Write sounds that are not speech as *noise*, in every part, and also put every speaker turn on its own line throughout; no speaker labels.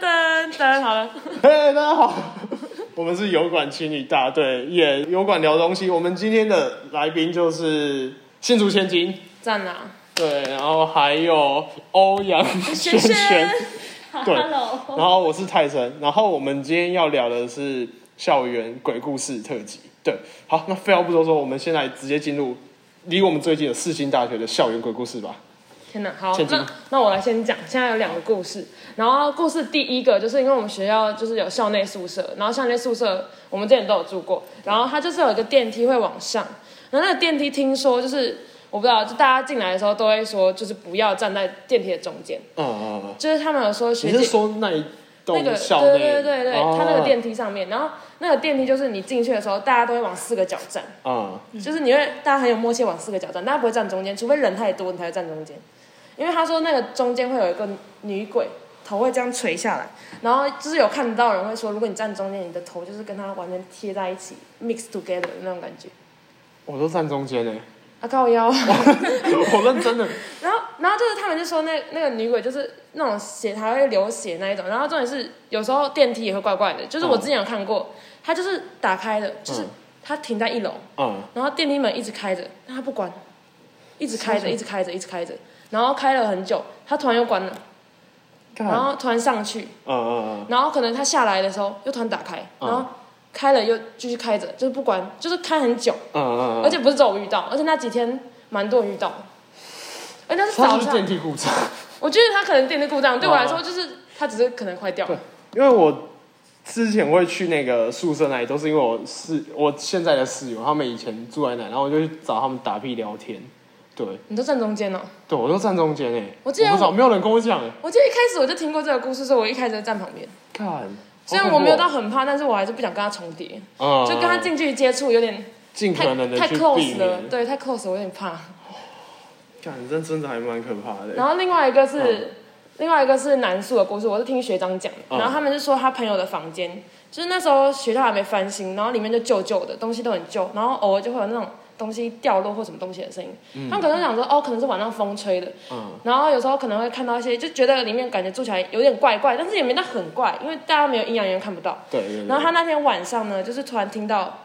当然好了，
*laughs* 嘿，大家好，我们是油管情侣大队，也、油管聊东西。我们今天的来宾就是新竹千金，
赞啦！
对，然后还有欧阳轩
*laughs*
轩，对然后我是泰森，然后我们今天要聊的是校园鬼故事特辑。对，好，那废话不多说，我们先来直接进入离我们最近的世新大学的校园鬼故事吧。
天哪，好，
千金
那那我来先讲，现在有两个故事。然后故事第一个就是因为我们学校就是有校内宿舍，然后校内宿舍我们之前都有住过，然后它就是有一个电梯会往上，然后那个电梯听说就是我不知道，就大家进来的时候都会说就是不要站在电梯的中间，
嗯嗯嗯，
就是他们有说学
你
姐
是说那一
那个
栋校内？
对
哦
对对对，它那个电
梯，
梯上面，然后那个电梯就是你进去的时候，大家都会往四个角站，
嗯，
就是你会大家很有默契往四个角站，大家不会站中间，除非人太多你才会站中间。因为他说那个中间会有一个女鬼，头会这样垂下来，然后就是有看到人会说，如果你站中间，你的头就是跟它完全贴在一起，mix together 的那种感觉。
我都站中间呢，
啊靠腰，
*laughs* 我认真的。
然后然后就是他们就说那那个女鬼就是那种血还会流血那一种，然后重点是有时候电梯也会怪怪的，就是我
嗯
之前有看过，它就是打开的，就是
嗯
它停在一楼，
嗯，
然后电梯门一直开着，但他不关，一直开着，一直开着，一直开着，然后开了很久，他突然又关了，
干
然后突然上去，
嗯嗯
然后可能他下来的时候又突然打开，
嗯
然后开了又继续开着，就是不关，就是开很久，
嗯嗯嗯，
而且不是只有我遇到，而且那几天蛮多人遇到，而且那是
它
早
就是
上
电，梯故障，
我觉得他可能电梯故障，对我来说
哦
就是他只是可能坏掉了，
因为我之前会去那个宿舍那里，都是因为我室我现在的室友他们以前住在那，然后我就去找他们打屁聊天，对
你都站中间了、
对，我都站中间哎，
我记得
不知道没有人跟我讲哎，
我记得一开始我就听过这个故事，所以我一开始就站旁边，
看，
虽然
好
我
恐怖
没有到很怕，但是我还是不想跟他重叠。
哦，嗯
就跟他近距离接触有点
尽
太
可能的
太
去避
close 了，
免，
对，太 close 了我有点怕。
干，真真的还蛮可怕的，
然后另外一个是，另外一个是南宿的故事，我是听学长讲的，
嗯
然后他们就说他朋友的房间，就是那时候学校还没翻新，然后里面就旧旧的，东西都很旧，然后偶尔就会有那种东西掉落或什么东西的声音，他们可能想说哦，可能是晚上风吹的，
嗯
然后有时候可能会看到一些，就觉得里面感觉住起来有点怪怪，但是也没到很怪，因为大家没有阴阳眼看不到。
对对对，
然后他那天晚上呢，就是突然听到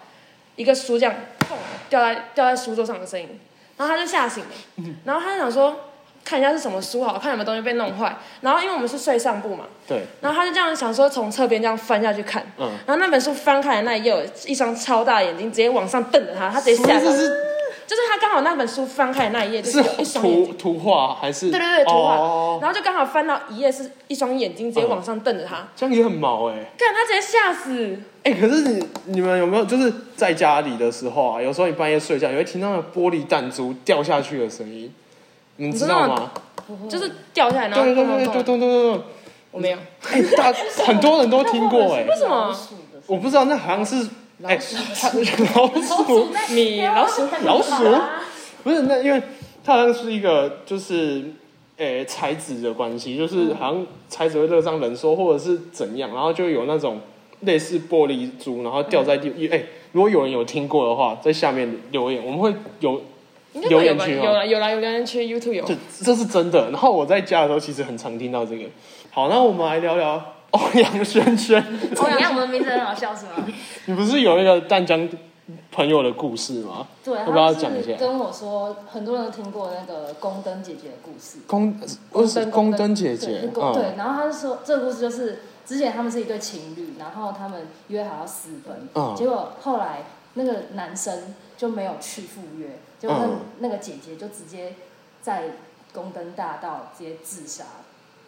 一个书这样砰掉在掉在书桌上的声音，然后他就吓醒了，然后他就想说看一下是什么书好，看有没有东西被弄坏。然后因为我们是睡上铺嘛，
对，
然后他就这样想说从侧边这样翻下去看，
嗯
然后那本书翻开的那一页有一双超大的眼睛直接往上瞪着他，他直接吓到，哎
是
就是他刚好那本书翻开的那一页就是是有一
是
双眼睛
图。图画还是
对对对，图画，
哦，
然后就刚好翻到一页是一双眼睛直接往上瞪着他，
这样也很毛哎。
看他直接吓死，
哎、可是你你们有没有就是在家里的时候啊，有时候你半夜睡觉，你会听到那玻璃弹珠掉下去的声音，你们知道吗？
就是掉下来然后
对对
咚
对
咚
对
咚
对对对对，
我没有，
哎、大很多人都听过哎、
为什么？
我不知道那好像是哎、它 *laughs* 老鼠
米老鼠
哎
老鼠不是那因为它好像是一个就是诶、材质的关系，就是好像材质会热胀冷缩或者是怎样，然后就有那种类似玻璃珠，然后掉在地。诶、如果有人有听过的话，在下面留言，我们会有
应该会有
留言
吧？
区吗
有啦有啦有留言区 YouTube 有
这，这是真的。然后我在家的时候，其实很常听到这个。好，那我们来聊 *laughs* 聊欧阳轩轩，
怎么样？我们名字很好笑是吗？
你不是有一个淡江朋友的故事吗？
对，
要
他
不要
就是
讲一下
跟我说，很多人都听过那个宫灯姐姐的故事。
宫
宫
是
灯
宫灯姐姐嗯
对，宫对，然后他就说这个故事就是之前他们是一对情侣，然后他们约好要私奔，
嗯
结果后来那个男生就没有去赴约，结果那、
嗯
那个姐姐就直接在宫灯大道直接自杀了。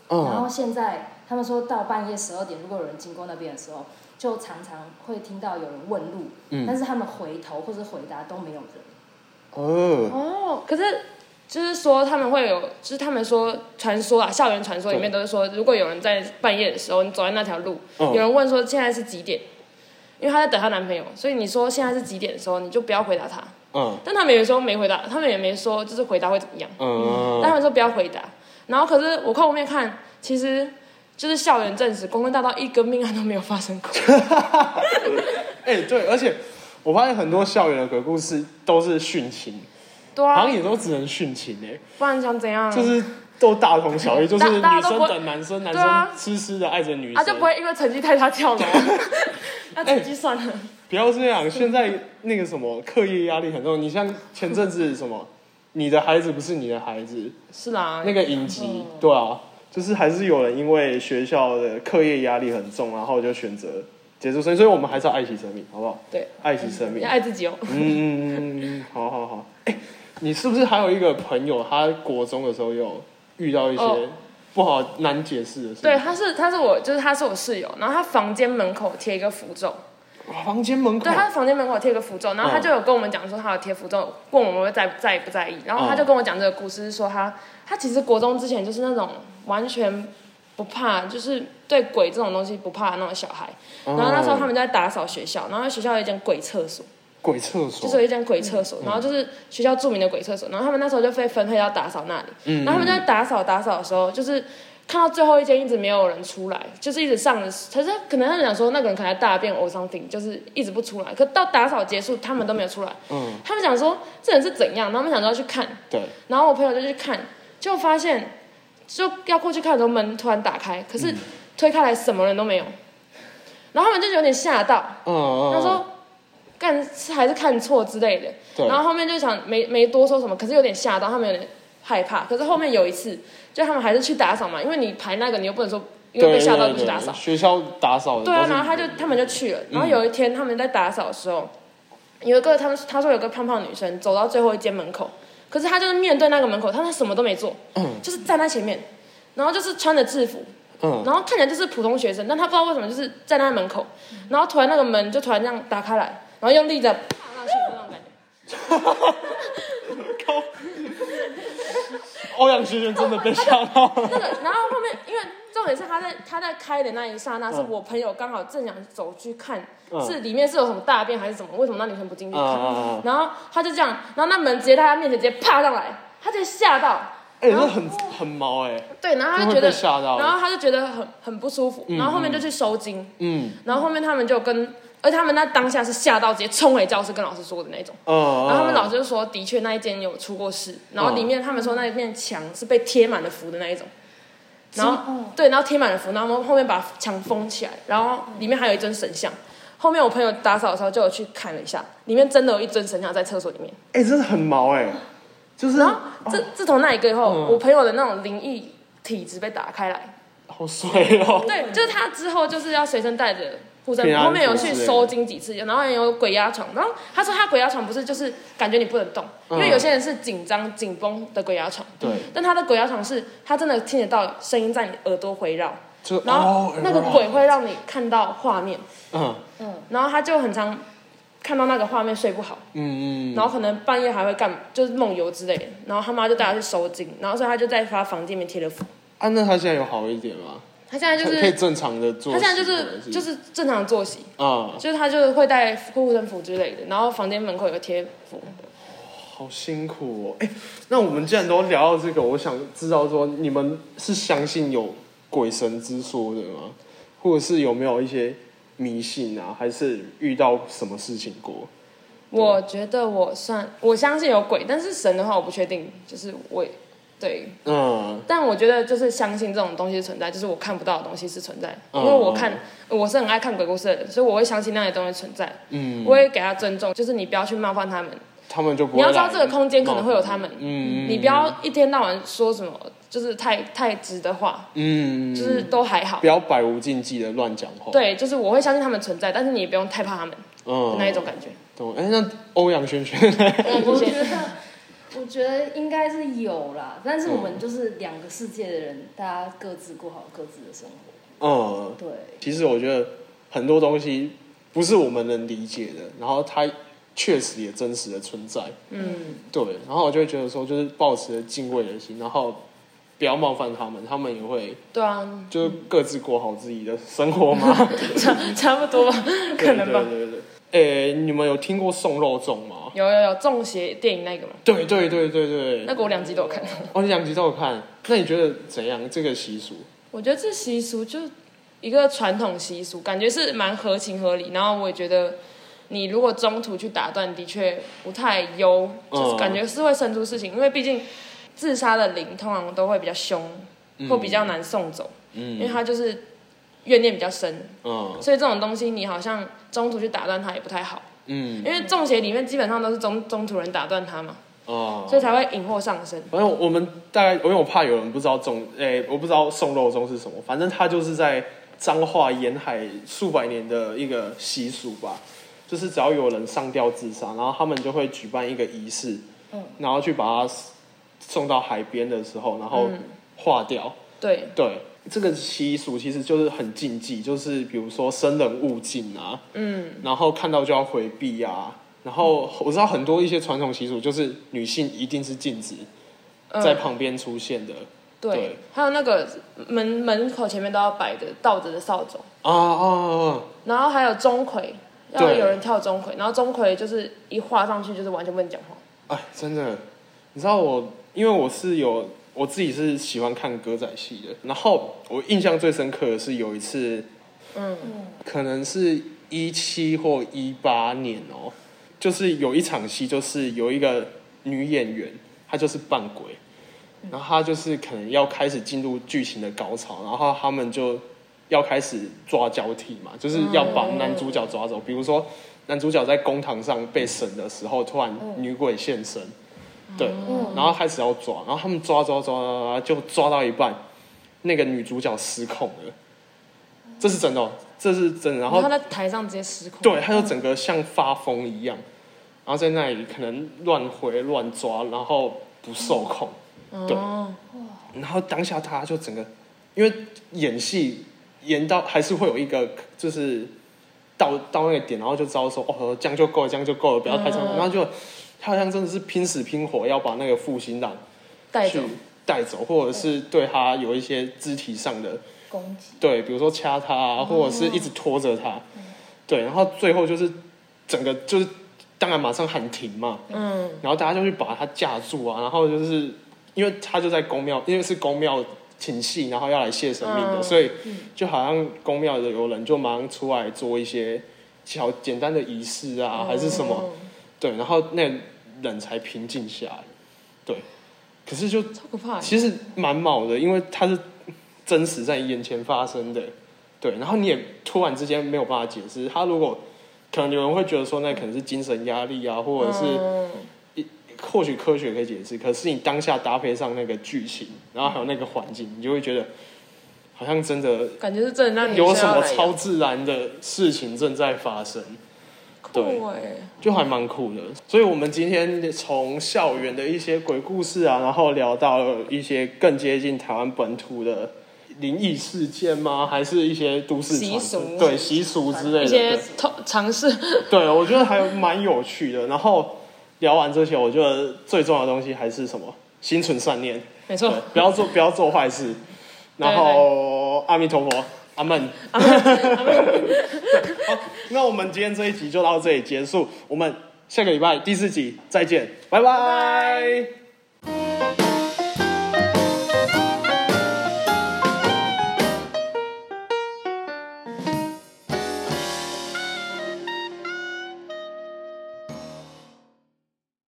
然
嗯
后现在他们说到半夜十二点，如果有人经过那边的时候，就常常会听到有人问路，
嗯
但是他们回头或者回答都没有 *laughs* 人。
哦。
哦，可是。就是说他们会有，就是他们说传说啊，校园传说里面都是说，如果有人在半夜的时候，你走在那条路，
嗯
有人问说现在是几点，因为她在等她男朋友，所以你说现在是几点的时候，你就不要回答她。
嗯
但他们也说没回答，他们也没说就是回答会怎么样。但
嗯，
他们说不要回答。然后可是我看后面看，其实就是校园证实，公共大道一个命案都没有发生过。
哎、对，而且我发现很多校园的鬼故事都是殉情，
对
好
啊
像，也都只能殉情哎、
不然想怎样？啊
就是都大同小异，就是
大嗯大
女
家都
生
不会
等男生，男
对啊
生痴痴的爱着女
啊
生，嗯
就不会因为成绩太差跳楼， *laughs* 那成绩算了。
不要这样，现在那个什么课业压力很重，你像前阵子什么，你的孩子不是你的孩子，
是啦，
那个影集，
嗯
对啊，就是还是有人因为学校的课业压力很重，然后就选择结束生命，所以我们还是要爱惜生命，好不好？
对，
爱惜生命
要。爱自己哦。
嗯嗯嗯嗯，好好好。哎、你是不是还有一个朋友，他国中的时候有遇到一些
哦
不好难解释的事？
对，，他是他是我就是他是我室友，然后他房间门口贴一个符咒，
哇，房间门口
对，，他房间门口贴一个符咒，然后他就有跟我们讲说他有贴符咒，问我们会在在不在意，然后他就跟我讲这个故事，是说他他其实国中之前就是那种完全不怕，就是对鬼这种东西不怕的那种小孩，然后那时候他们就在打扫学校，然后学校有一间鬼厕所，
鬼厕
就
所，
是有一间鬼厕所，然后就是学校著名的鬼厕所，然后他们那时候就被分配到打扫那里，
嗯
然后他们在打扫打扫的时候，就是看到最后一间一直没有人出来，就是一直上着，可是可能他们想说那个人可能在大便 or something，就是一直不出来，可到打扫结束他们都没有出来，
嗯，
他们想说这人是怎样，然后他们想说要去看，
对，
然后我朋友就去看，就发现就要过去看的时候门突然打开，可是推开来什么人都没有，然后他们就有点吓到，
嗯嗯，
他说干是还是看错之类的，
对
然后后面就想没没多说什么，可是有点吓到，他们有点害怕。可是后面有一次，就他们还是去打扫嘛，因为你排那个，你又不能说因为被吓到就去打扫
对对对。学校打扫的
对啊，
都是
然后他就他们就去了，然后有一天他们在打扫的时候，有一个他们他说有个胖胖女生走到最后一间门口，可是她就是面对那个门口，她她什么都没做，就是站在前面，然后就是穿着制服，
嗯
然后看起来就是普通学生，但他不知道为什么就是站在门口，然后突然那个门就突然这样打开来，然后用力的啪上去的那种感觉。
欧阳学院真的被吓到了，
那个，然后后面因为重点是他在他在开的那一刹那，
嗯
是我朋友刚好正想走去看，是里面是有什么大便还是什么，为什么那女生不进去
嗯嗯嗯
看？然后他就这样，然后那门直接在他面前直接啪上来，他直接吓到，
哎、那很很毛哎、
对，然后他就
就会
觉
被
得，
吓到
然后他就觉得很很不舒服，然后后面就去收惊，
嗯
然后后面他们就跟，而且他们那当下是吓到直接冲回教室跟老师说的那种。
嗯嗯，
然后他们老师就说，的确那一间有出过事，然后里面他们说那一面墙是被贴满了符的那一种，然后、对，然后贴满了符，然后我们后面把墙封起来，然后里面还有一尊神像。后面我朋友打扫的时候就有去看了一下，里面真的有一尊神像在厕所里面。
哎、真的很毛哎、就是
然后自、
哦
自从那一个以后，我朋友的那种灵异体质被打开来，
好水哦、
对，就是他之后就是要随身带着护身
平
符，
安
后面有
符之
去
类的
收金几次，然后也有鬼压床，然后他说他鬼压床不是就是感觉你不能动，
嗯
因为有些人是紧张紧绷的鬼压床，
对，
但他的鬼压床是他真的听得到声音在你耳朵回绕，
就是
然后
哦
那个
哎
鬼会让你看到画面，
嗯
然后他就很常看到那个画面睡不好，
嗯嗯，
然后可能半夜还会干就是梦游之类的，然后他妈就带他去收金，然后所以他就在他房间里面贴了符，
啊，那他现在有好一点吗？
他现在就
可以
是
正常的做
他
息或
现在就
者，
是就是正常的作息。
啊、
就是他就是会带护身符之类的，然后房间门口有贴符。
好辛苦哦、哎、那我们既然都聊到这个，我想知道说你们是相信有鬼神之说的吗？或者是有没有一些迷信啊？还是遇到什么事情过？
我觉得我算我相信有鬼，但是神的话我不确定，就是我对，
嗯，
但我觉得就是相信这种东西存在，就是我看不到的东西是存在的，
嗯
因为我看我是很爱看鬼故事的人，所以我会相信那些东西存在，
嗯，
我也给他尊重，就是你不要去冒犯他们，
他们就不会
你要知道
来
这个空间可能会有他们，
嗯，
你不要一天到晚说什么就是太太直的话，
嗯，
就是都还好
不，要百无禁忌的乱讲话。，
对，就是我会相信他们存在，但是你也不用太怕他们。
嗯，
那一种感觉。
懂。哎、那欧阳轩轩，
我觉 *laughs* 得，我觉得应该是有啦，但是我们就是两个世界的人，大家各自过好各自的生活。
*laughs* 嗯，
对，
其实我觉得很多东西不是我们能理解的，然后它确实也真实的存在。
嗯，
对，然后我就会觉得说，就是保持着敬畏的心，然后不要冒犯他们，他们也会
对啊， *laughs*
就是各自过好自己的生活嘛。
差差不多吧， *laughs* 可能吧。
对对对对。哎、你们有听过送肉粽吗？
有有有中邪电影那个嘛，
对对对对对。
那个我两集都有看。
哦，你两集都有看，那你觉得怎样？这个习俗？
我觉得这习俗就一个传统习俗，感觉是蛮合情合理。然后我也觉得，你如果中途去打断，的确不太优，就是感觉是会生出事情，因为毕竟自杀的灵通常都会比较凶，或比较难送走，因为他就是怨念比较深，
嗯
所以这种东西你好像中途去打断它也不太好，
嗯
因为中邪里面基本上都是中中途人打断它嘛，
哦。
所以才会引祸上身。
反正我们大概，因为我怕有人不知道粽，诶、我不知道送肉粽是什么。反正它就是在彰化沿海数百年的一个习俗吧，就是只要有人上吊自杀，然后他们就会举办一个仪式，
嗯
然后去把它送到海边的时候，然后化掉。
对，
对，这个习俗其实就是很禁忌，就是比如说生人勿近啊，
嗯，
然后看到就要回避啊。然后我知道很多一些传统习俗，就是女性一定是禁止
嗯
在旁边出现的。对
对，还有那个门门口前面都要摆的倒着的扫帚，
啊啊啊！
然后还有钟馗，要
对
有人跳钟馗，然后钟馗就是一画上去就是完全不能讲话。
哎，真的，你知道我，因为我是有我自己是喜欢看歌仔戏的，然后我印象最深刻的是有一次，
嗯
可能是一七或一八年哦、就是有一场戏，就是有一个女演员，她就是扮鬼，然后她就是可能要开始进入剧情的高潮，然后他们就要开始抓交替嘛，就是要把男主角抓走。比如说男主角在公堂上被审的时候，突然女鬼现身，对，
嗯
然后开始要抓，然后他们抓抓抓抓抓，就抓到一半，那个女主角失控了，这是真的哦、这是真的。然
然
后
后他在台上直接失控。
对，他就整个像发疯一样，然后在那里可能乱回乱抓，然后不受控，对
哦，
然后当下他就整个，因为演戏演到还是会有一个就是到到那个点，然后就知道说哦这样就够了，这样就够了，不要太
嗯
长，然后就他好像真的是拼死拼活要把那个负心郎
带
去
走。
带走，或者是对他有一些肢体上的
攻击，
对，比如说掐他
哦
啊，或者是一直拖着他，对，然后最后就是整个就是当然马上喊停嘛，
嗯，
然后大家就去把他架住啊，然后就是因为他就在公庙，因为是公庙请戏，然后要来谢神明的，
嗯
所以就好像公庙的有人就马上出来做一些小简单的仪式啊，还是什
哦
么，对，然后那人才平静下来，对，可是就
嗯？超可怕耶。
其实蛮毛的，因为它是真实在眼前发生的，对。然后你也突然之间没有办法解释，他如果可能有人会觉得说那可能是精神压力啊，或者是
嗯
或许科学可以解释，可是你当下搭配上那个剧情，然后还有那个环境，你就会觉得好像真的
感觉是真的让你
有什
想要
么
来啊
超自然的事情正在发生。对
酷哎，
就还蛮酷的。所以，我们今天从校园的一些鬼故事啊，然后聊到一些更接近台湾本土的灵异事件吗？还是一些都市
习
传
俗
对习俗之类
一
的？
些
对
尝尝试。
对，我觉得还蛮有趣的。然后聊完这些，我觉得最重要的东西还是什么？心存善念，
没
对
错，，
不要做不要做坏事。然后阿弥陀佛，阿门。 *laughs* 对好，那我们今天这一集就到这里结束，我们下个礼拜第四集再见，拜拜